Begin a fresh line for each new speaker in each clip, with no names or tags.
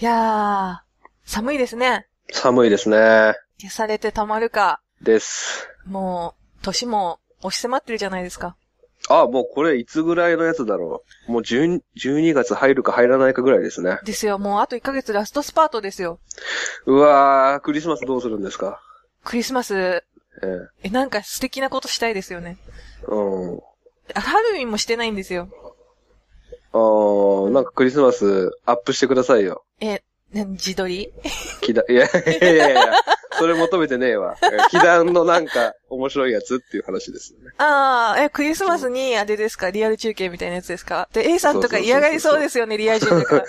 いやー、寒いですね。
寒いですね。
消されてたまるか。
です。
もう、年も押し迫ってるじゃないですか。
あ、もうこれいつぐらいのやつだろう。もう10 12月入るか入らないかぐらいですね。
ですよ、もうあと1ヶ月ラストスパートですよ。
うわー、クリスマスどうするんですか
クリスマス、
ええ。
え、なんか素敵なことしたいですよね。
うん。
ハロウィンもしてないんですよ。
あー、なんかクリスマスアップしてくださいよ。
え、な自撮り
気だ、いやいやいやいや、それ求めてねえわ。気団のなんか面白いやつっていう話ですよね。
あー、え、クリスマスに、あれですか、リアル中継みたいなやつですかで、A さんとか
そうそうそうそう
嫌がりそうですよね、リア充とか。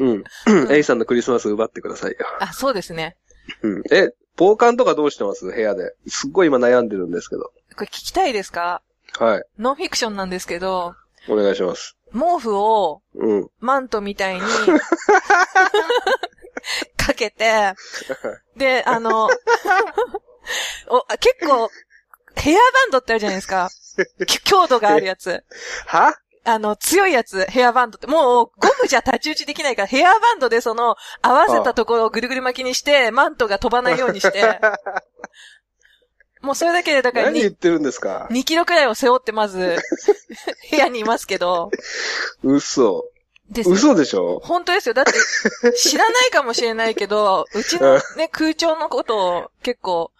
うん。エイさんのクリスマス奪ってくださいよ。
あ、そうですね。
うん。え、防寒とかどうしてます部屋で。すっごい今悩んでるんですけど。
これ聞きたいですか
はい。
ノンフィクションなんですけど、
お願いします。
毛布を
うん。
マントみたいにかけて、で、あの、 おあ結構、ヘアバンドってあるじゃないですか。き強度があるやつ。
は
あの、強いやつ、ヘアバンドって、もう、ゴムじゃ太刀打ちできないから、ヘアバンドでその、合わせたところをぐるぐる巻きにして、マントが飛ばないようにして、もうそれだけで、だから
何言っ
2、
てるんですか
2キロくらいを背負ってまず、部屋にいますけど、
嘘。
ですよ
嘘でしょ
本当ですよ。だって、知らないかもしれないけど、うちのね、空調のことを結構、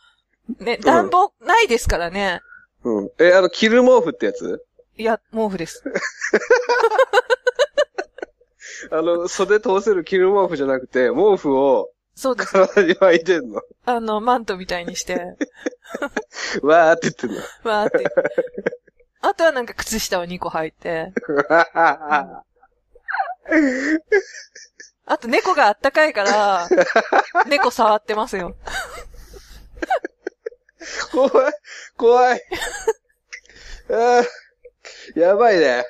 ね、暖房ないですからね。
うん。え、あの、着る毛布ってやつ
いや、毛布です。
あの、袖通せる着る毛布じゃなくて、毛布を
そうです。
体に巻いてんの。
あの、マントみたいにして、
わーって言ってんの。
わーって。あとはなんか靴下を2個履いて。あと猫があったかいから、猫触ってますよ。
怖い、怖い。あーやばいね。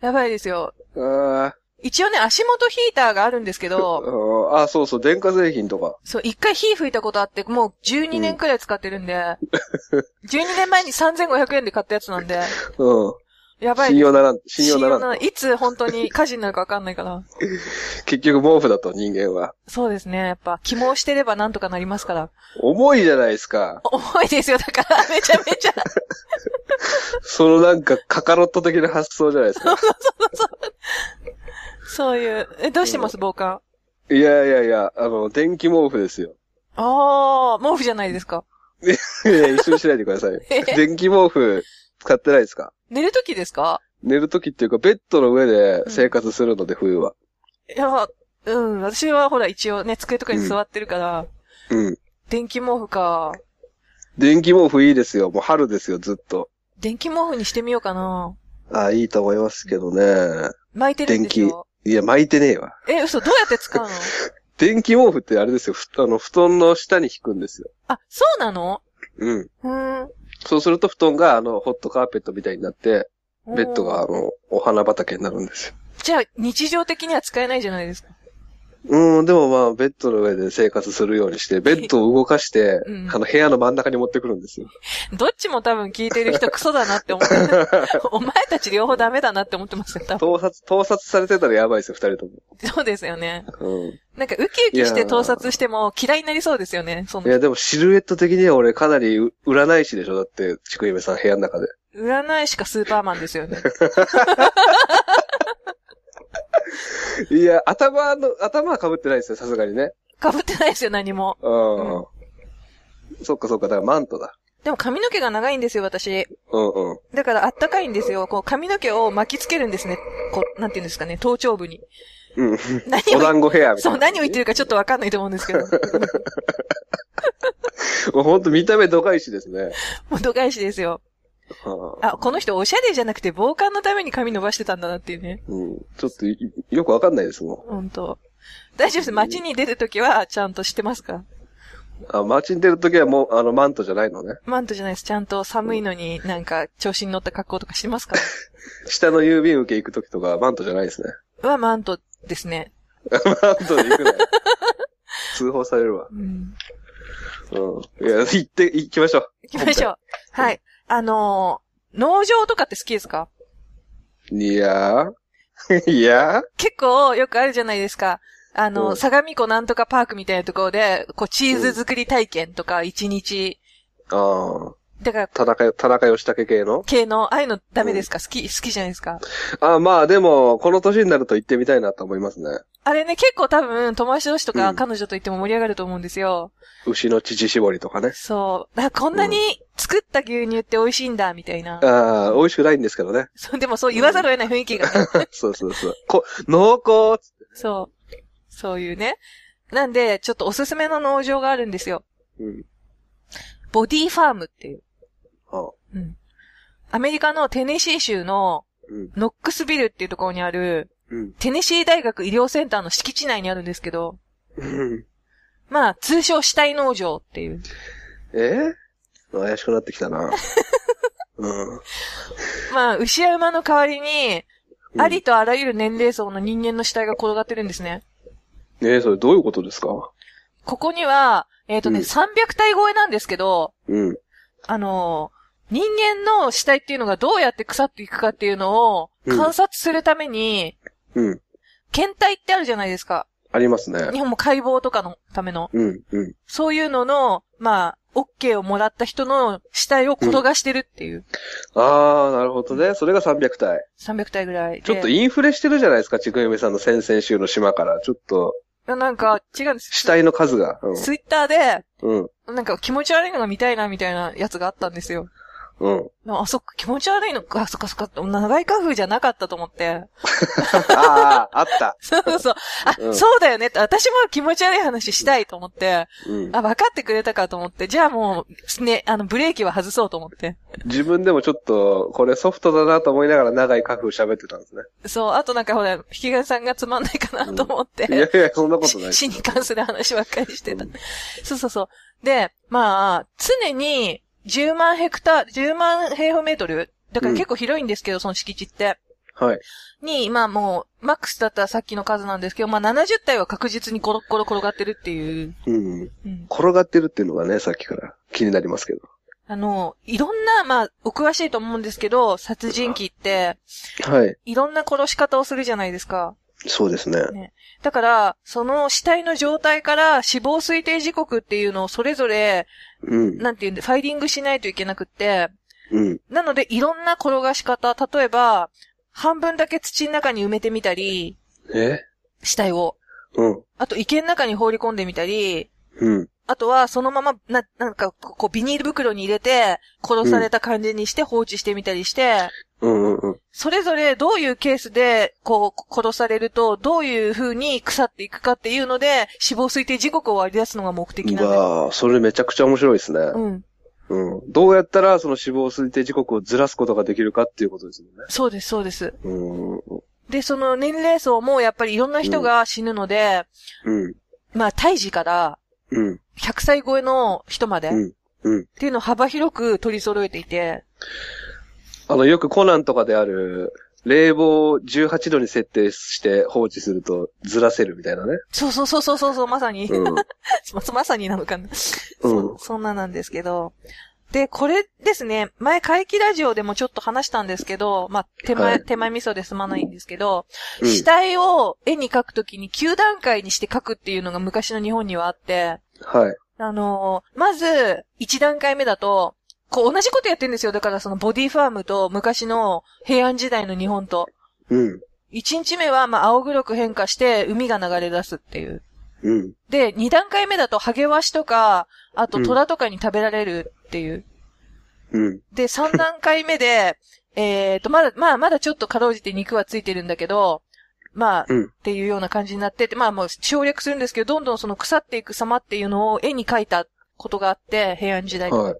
やばいですよ。
あ
一応ね、足元ヒーターがあるんですけ
ー
ど、
うんあ、そうそう、電化製品とか。
そう、一回火吹いたことあって、もう12年くらい使ってるんで、12年前に3500円で買ったやつなんで、
うん。
やばい
信
です
用ならん、信用なら
信
ん。
い。いつ本当に火事になるかわかんないから。
結局毛布だと人間は。
そうですね。やっぱ、起毛してればなんとかなりますから。
重いじゃないですか。
重いですよ。だから、 めちゃめちゃ。
そのなんかカカロット的な発想じゃないですか。
そういう。え、どうしてます防寒。
いやいやいや、あの、電気毛布ですよ。
ああ、毛布じゃないですか。
いや、一緒にしないでくださいよ
え。
電気毛布使ってないですか
寝るときですか
寝るときっていうか、ベッドの上で生活するので、冬は。
いや、うん。私はほら、一応ね、机とかに座ってるから、
うん。
電気毛布か。
電気毛布いいですよ。もう春ですよ、ずっと。
電気毛布にしてみようかな。
ああ、いいと思いますけどね。
巻いてるんですよ。
いや、巻いてねえわ。
え、嘘、どうやって使う の
電気毛布ってあれですよ。ふあの、布団の下に引くんですよ。
あ、そうなの
うん。
うーん。
そうすると布団が、あの、ホットカーペットみたいになって、ベッドが、あ
おー。
の、お花畑になるんですよ。
じゃあ、日常的には使えないじゃないですか。
うん、でもまあ、ベッドの上で生活するよう にして、ベッドを動かして、
うん
あの、部屋の真ん中に持ってくる んですよ。
どっちも多分聞いてる人クソだなって思って、 お前たち両方ダメだなって思ってますよ、多分。
盗撮、盗撮されてたらやばいですよ、二人と
そうですよね。
も。うん。
なんかウキウキして盗撮しても嫌いになりそうですよね。そ
い
の、
や、でもシルエット的には俺かなりう占い師でしょだって、ちくいめさん部屋 の中で。
占い師かスーパーマンですよ ね。
いや、頭の、頭は被ってないですよ、さすがにね。
被ってないですよ、何も。
うん。そっかそっか、だからマントだ。
でも髪の毛が長いんですよ、私。
うん うん。
だからあったかいんですよ。こう髪の毛を巻きつけるんですね。こう、なんていうんですかね、頭頂部に。
うん。
何
お
を、
団子ヘアみたい
そ
な。
う、何を言ってるかちょっとわかんないと思うんですけど。
もうほんと見た目どかいしですね。
元返しですよ。
はあ
あ、この人おしゃれじゃなくて防寒のために髪伸ばしてたんだなっていうね。
うん。ちょっとい、よくわかんないですもん。
本当。大丈夫です。街に出るときは、ちゃんとしてますか
あ、街に出るときはもう、あの、マントじゃないのね。
マントじゃないです。ちゃんと寒いのになんか調子に乗った格好とかしてますか
下の郵便受け行くときとか、マントじゃないですね。
はマントですね。
マントで行くな よ。通報されるわ。
うん。
うん。いや、行って、行きましょう。
行きましょう。はい。あのー農場とかって好きですか
いやー。いやー。
結構よくあるじゃないですか。あの、
うん
相模湖なんとかパークみたいなところで、こう、チーズ作り体験とか、一日、
ああ。
だから、
田中、田中義武系の
系の、ああいうのダメですか、好き、好きじゃないですか。
ああ、まあでも、この年になると行ってみたいなと思いますね。
あれね、結構多分、友達同士と
う
か、
ん
彼女と行っても盛り上がると思うんですよ。
牛の乳搾りとかね。
そう。だからこんなに作った牛乳って美味しいんだ、みたいな。
ああ、美味しくないんですけどね。
そう、でもそう言わざるを得ない雰囲気がね。
そうそうそう。こ、濃厚
そう。そういうね。なんで、ちょっとおすすめの農場があるんですよ。
うん。
ボディファームっていう。
ああ
うん。アメリカのテネシー州の
うん。
ノックスビルっていうところにある、
うん。
テネシー大学医療センターの敷地内にあるんですけど、
うん。
まあ、通称死体農場っていう。
え怪しくなってき たな。うん。
まあ、牛や馬の代わりに、
うん
ありとあらゆる年齢層の人間の死体が転がってるんですね。
ええそれどういうことですか
ここには、えっ、とね、
うん
300体超えなんですけど、
うん。
あのー人間の死体っていうのがどうやって腐っていくかっていうのを
うん
観察するために、
うん。
検体ってあるじゃないですか。
ありますね。
日本も解剖とかのための。
うん。うん。
そういうのの、まあ、OK をもらった人の死体を転がしてるっていう。
ああ、なるほどね。それが300体。
300体ぐらいで。
ちょっとインフレしてるじゃないですか、ちくゆめさんの先々週の島から。ちょっと、
いやなんか、違うんです。
死体の数が。
ツイッターで、
うん。うん。
なんか気持ち悪いのが見たいなみたいなやつがあったんですよ。
うん。
あ、そっか、気持ち悪いのか、あそっかそっか、長い花粉じゃなかったと思って。
ああ、あった。
そうそうそう。あ、
うん
そうだよねって。私も気持ち悪い話したいと思って。
うん。
あ、分かってくれたかと思って。じゃあもう、ね、あの、ブレーキは外そうと思って。
自分でもちょっと、これソフトだなと思いながら長い花粉喋ってたんです ね。
そう、あとなんかほら、引き金さんがつまんないかなと思って。
いやいや、そんなことない。
死に関する話ばっかりしてた
うん。
そうそうそう。で、まあ、常に10万ヘクタール、10万平方メートル。だから結構広いんですけど、その敷地って。
はい。
に、まあもう、マックスだったらさっきの数なんですけど、まあ70体は確実にコロッコロ転がってるっていう。
うん。
うん。
転がってるっていうのがね、さっきから気になりますけど。
あの、いろんな、まあ、お詳しいと思うんですけど、殺人鬼って、
はい。
いろんな殺し方をするじゃないですか。
そうですね。
だから、その死体の状態から死亡推定時刻っていうのをそれぞれ、
うん。
なんていうんで、ファイリングしないといけなくって、
うん。
なのでいろんな転がし方、例えば、半分だけ土の中に埋めてみたり、
え
死体を。
うん。
あと池の中に放り込んでみたり、
うん。
あとはそのまま、な、なんか、こうビニール袋に入れて、殺された感じにして放置してみたりして、
うんうんうん。
それぞれどういうケースで、こう、殺されると、どういう風に腐っていくかっていうので、死亡推定時刻を割り出すのが目的な
う
んで
わーそれめちゃくちゃ面白いですね。
す。うん。
うん。どうやったらその死亡推定時刻をずらすことができるかっていうことですもんね。
そうです、そうです。
うん。
で、その年齢層もやっぱりいろんな人が死ぬので、
うん。
まあ、胎児から
うん。
100歳超えの人まで、
う
っ
ん。うん。
ていうのを幅広く取り揃えていて、
あの、よくコナンとかである、冷房を18度に設定して放置するとずらせるみたいなね。
そうそうそうそうそうそう、まさに、
うん。
ま まさになのかな。そそんななんですけど。で、これですね、前、怪奇ラジオでもちょっと話したんですけど、まあ、手前、
はい
手前味噌で済まないんですけど、
うん
死体を絵に描くときに9段階にして描くっていうのが昔の日本にはあって、
はい。
あのーまず、1段階目だと、こう同じことやってるんですよ。だからそのボディファームと昔の平安時代の日本と。
うん。
1日目はまあ青黒く変化して海が流れ出すっていう。
うん。
で、2段階目だとハゲワシとか、あと
うん
虎とかに食べられるっていう。
うん。
で、3段階目で、 えっと、まだ、まあ、まだちょっとかろうじて肉はついてるんだけど、まあ、
うん
っていうような感じになってて、まあもう省略するんですけど、どんどんその腐っていく様っていうのを絵に描いたことがあって、平安時代とか
はい。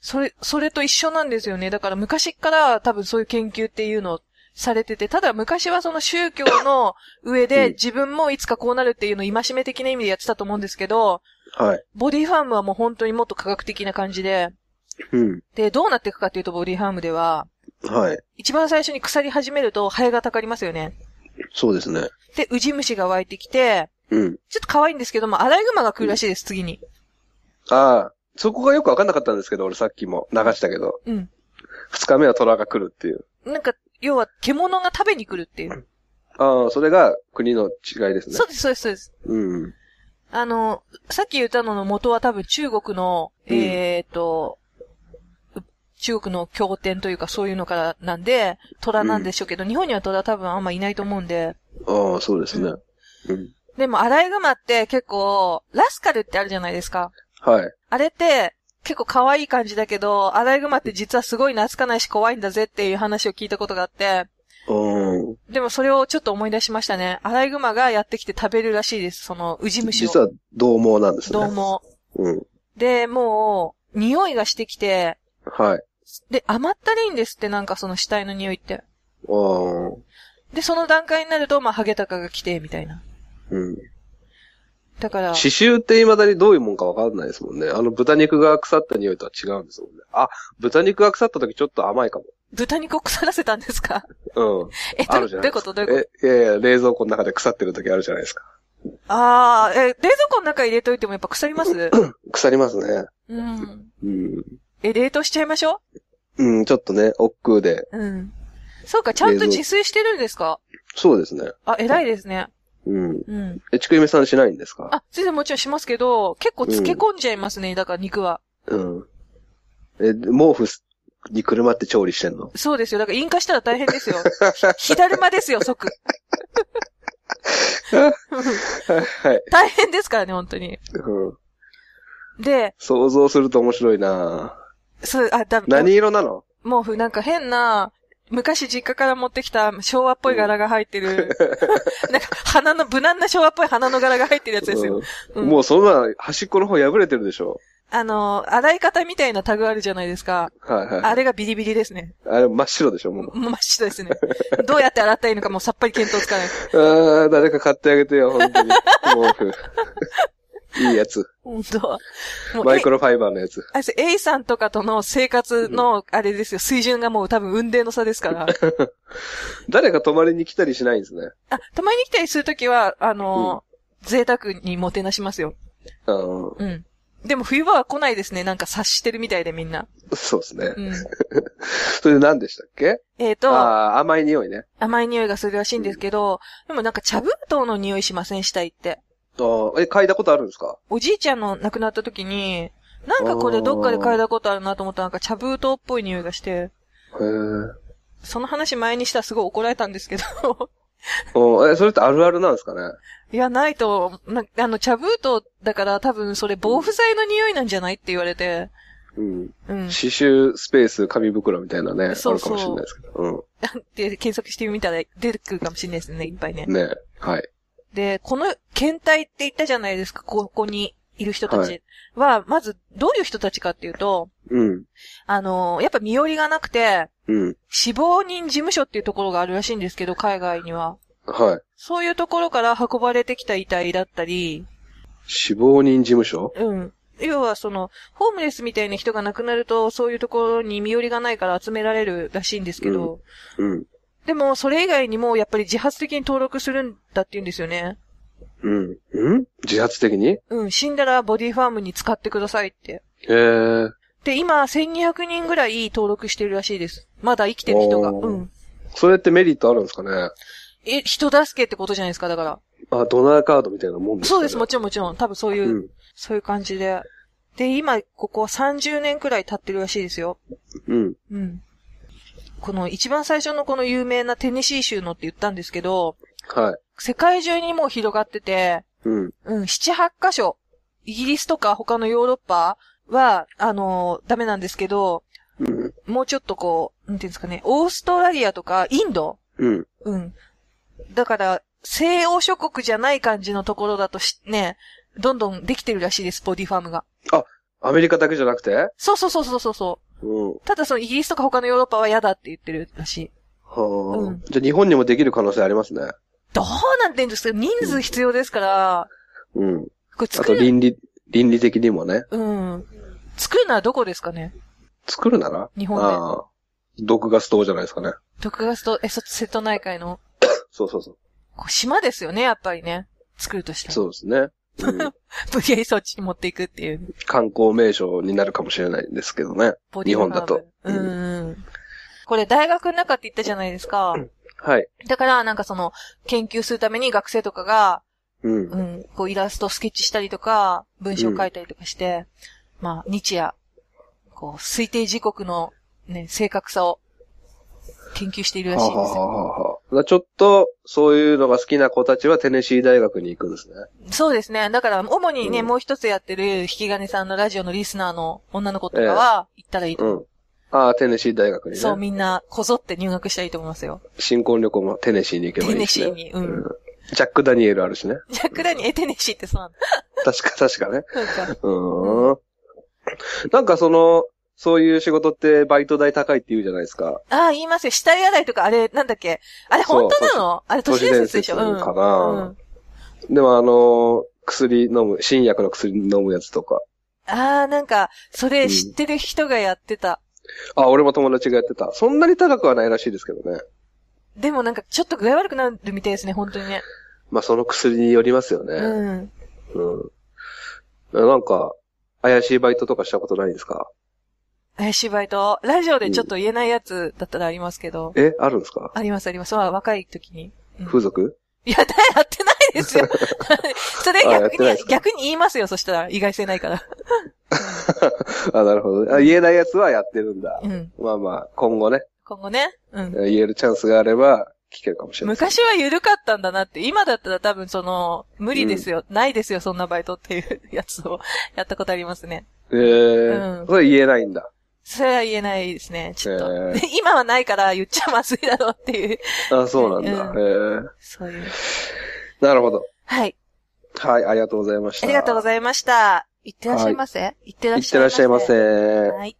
それ、それと一緒なんですよね。だから昔から多分そういう研究っていうのをされてて、ただ昔はその宗教の上
う
で
ん
自分もいつかこうなるっていうのを戒め的な意味でやってたと思うんですけど、
はい。
ボディファームはもう本当にもっと科学的な感じで、
うん。
で、どうなっていくかっていうと、ボディファームでは、
はい。
一番最初に腐り始めると、ハエがたかりますよね。
そうですね。
で、ウジ虫が湧いてきて、
うん。
ちょっと可愛いんですけども、アライグマが来るらしいです、次に。
ああ、そこがよくわかんなかったんですけど、俺さっきも流したけど、
うん。
二日目は虎が来るっていう。
なんか、要は、獣が食べに来るっていう。
ああ、それが国の違いですね
そ。うです、そうです、そうです。
うん。
あの、さっき言ったのの元は多分中国の、
うん
えっ、と、中国の経典というかそういうのからなんで、虎なんでしょうけど、日本には虎多分あんまいないと思うんで。
ああ、そうですね。うん。
でも、アライグマって結構、ラスカルってあるじゃないですか。
はい。
あれって、結構可愛い感じだけど、アライグマって実はすごい懐かないし怖いんだぜっていう話を聞いたことがあって、
うん。
でもそれをちょっと思い出しましたね。アライグマがやってきて食べるらしいです。その、ウジ虫を。
実は、獰猛なんですね。
どう。も。
うん。
で、もう、匂いがしてきて、
はい。
で、甘ったりいんですって、なんかその死体の匂いって。
ああ、
で、その段階になると、まあ、ハゲタカが来て、みたいな。
うん。
だから、
刺繍って未だにどういうもんかわかんないですもんね。あの豚肉が腐った匂いとは違うんですもんね。あ、豚肉が腐った時ちょっと甘いか
豚肉を腐らせたんですか
も。うん。
え、
あ
ど
る
ど
じ
う
ゃな
い
い
う
で
こ
す
とどういうこ
え、いやいや、冷蔵庫の中で腐ってる時あるじゃないですか。
とああ、え、冷蔵庫の中入れといてもやっぱ腐ります
腐りますね。
うん。
うん。
え、冷凍しちゃいましょ
うん、ちょっとね、億劫で。
ううん。そうか、ちゃんと自炊してるんですか
そうですね。
あ、偉いですね。
うん。
うん。
え、ちくゆめさんしないんですか
あ、全然もちろんしますけど、結構漬け込んじゃいますね、だから肉は。
うん。え、毛布にくるまって調理してんの
そうですよ。だから引火したら大変ですよ。ひだるまですよ、 即。
はい。
大変ですからね、本当に。
うん。
で、
想像すると面白いな
そう、あ、だ、
何色なの
毛布なんか変な、昔実家から持ってきた昭和っぽい柄が入ってる、 なんか花の、無難な昭和っぽい花の柄が入ってるやつですよ。
う
うんん
もうそんな端っこの方破れてるでしょ。
あの、洗い方みたいなタグあるじゃないですか。
はいはい。
あれがビリビリですね。
あれ真っ白でしょ、もう。
もう真っ白ですね。どうやって洗ったらいいのかもうさっぱり見当つかない。
あー、誰か買ってあげてよ、本当に。毛布。 いいやつ。
本当もう
マ
え
イクロファイバーのやつ。
あれです、A さんとかとの生活の、あれですよ、水準がもう多分運命の差です から。
誰か泊まりに来たりしないんですね。
あ、たまに来たりするときは、あの、贅沢にもてなしますよ。
あの
うん。でも冬場は来ないですね。なんか察してるみたいでみんな。
そうですね
う。ん。
それで何でしたっけ
えっ、と、
あー、甘い匂いね。
甘い匂いがするらしいんですけど、でもなんか茶封筒の匂いしませんしたいって。
あーえ、嗅いだことあるんですか
おじいちゃんの亡くなった時に、なんかこれどっかで嗅いだことあるなと思ったらなんか茶封筒っぽい匂いがして、
へー
その話前にしたらすごい怒られたんですけど、
おーえ、それってあるあるなんですかね
いや、ないと、なあの、茶封筒だから多分それ防腐剤の匂いなんじゃないって言われて、
うん。
うん。
刺繍スペース紙袋みたいなね、
そうそう
あるかもしれないですけど。
で、検索してみたら出てくるかもしれないですね、いっぱいね
うん。。ねはい。
で、この検体って言ったじゃないですか、ここにいる人た
は
ちは、まずどういう人たちかっていうと、
うん。
あの、やっぱ身寄りがなくて、
うん。
死亡人事務所っていうところがあるらしいんですけど、海外には。
はい。
そういうところから運ばれてきた遺体だったり、
死亡人事務所
うん。要はその、ホームレスみたいな人が亡くなると、そういうところに身寄りがないから集められるらしいんですけど、
うん。
でも、それ以外にも、やっぱり自発的に登録するんだって言うんですよね。
うん。うん自発的にへ
うん、死んだらボディファームに使ってくださいって。
え。ー。
で、今、1200人ぐらい登録してるらしいです。まだ生きてる人が。
おー
うん。
それってメリットあるんですかね
え、人助けってことじゃないですか、だから。
あ、ドナーカードみたいなもんですか
そ
ね
うです、もちろんもちろん。多分そういう、
うん。
そういう感じで。で、今、ここは30年くらい経ってるらしいですよ。
うん。
うん。この一番最初のこの有名なテネシー州のって言ったんですけど、
はい。
世界中にもう広がってて、
うん。
うん、7、8箇所。イギリスとか他のヨーロッパは、あのーダメなんですけど、
うん。
もうちょっとこう、なんていうんですかね、オーストラリアとかインド
うん。
うん。だから、西欧諸国じゃない感じのところだとし、ね、どんどんできてるらしいです、ボディファームが。
アメリカだけじゃなくて
そうそうそうそうそうそう。
うん。は
ただそのイギリスとか他のヨーロッパは嫌だって言ってるらしい。
あ、
うん
じゃあ日本にもできる可能性ありますね。
どうなんて言うんですか人数必要ですから、
うん。
これ
あ
作
と
る、
倫理、倫理的にもね。
うん。作るのはどこですかね
作るなら
日本で。
ああ。毒ガス島じゃないですかね。
毒ガスと、え、そ、瀬戸内海の、
そうそうそう。
こう島ですよね、やっぱりね。作るとしたら。
そうですね。 うん、
無理やりそっちに持っていくっていう。
観光名所になるかもしれないんですけどね。
ボディファーム
日本だと
う
うん
ん。これ大学の中って言ったじゃないですか。
はい。
だから、なんかその、研究するために学生とかが、
うん。
うん、こうイラストスケッチしたりとか、文章書いたりとかして、まあ、日夜、こう、推定時刻のね、正確さを研究しているらしいですよ。
はあはあ。ちょっと、そういうのが好きな子たちはテネシー大学に行くんですね。
そうですね。だから、主にね、
うん
もう一つやってる引き金さんのラジオのリスナーの女の子とかは、行ったらいいと
う
思う。
ん。ああ、テネシー大学に
そう、
ね。
みんな、こぞって入学したらいいと思 いますよ。
新婚旅行もテネシーに行けば
テ
い
ネ
いし、
シ
ね。
ーに。う
うん
ん。。
ジャック・ダニエルあるしね。
ジャックダニエ、テネシーってそうなんだ。
確か、確かね。
なんか、
うーん。なんかその、そういう仕事ってバイト代高いって言うじゃないですか。
ああ、言いますよ。下着洗いとか、あれ、なんだっけ。あれ、
そう
本当なのあれ、都市伝説でしょ。
都市
う
伝
ん。
説かな
うん。
でもあの、薬飲む、新薬の薬飲むやつとか。
ああ、なんか、それ
うん
知ってる人がやってた。
あ、俺も友達がやってた。そんなに高くはないらしいですけどね。
でもなんか、ちょっと具合悪くなるみたいですね、本当にね。
まあその薬によりますよね。
うん。
うん。なんか、怪しいバイトとかしたことないですか
え、芝居と、ラジオでちょっと言えないやつだったらありますけど。
えあるんですか
あります、あります。わ若い時に。うん
風俗
いや、だやってないです よ。それ
あやっ
逆
てないです
に、
か
逆に言いますよ、そしたら。意外性ないから。
あ、なるほどね。あ言えないやつはやってるんだ。
うん。
まあまあ、今後ね、
今後ね。うん。
言えるチャンスがあれば聞けるかもしれない。
昔は緩かったんだなって、今だったら多分その、無理ですよ、ないですよ、そんなバイトっていうやつをやったことありますね。
えー
うん
それ言えないんだ。
それは言えないですね、ちょっと。
へ
で 今はないから言っちゃまずいだろうっていう、
あ、そうなんだ。
うん
えー
そういう。
なるほど。
はい。
はい、ありがとうございました。
ありがとうご
い
ざいました。いってらっしゃいませ。いってらっ
いっ
してゃい
ら
ま
っ
せ。
しゃいませ。
はい。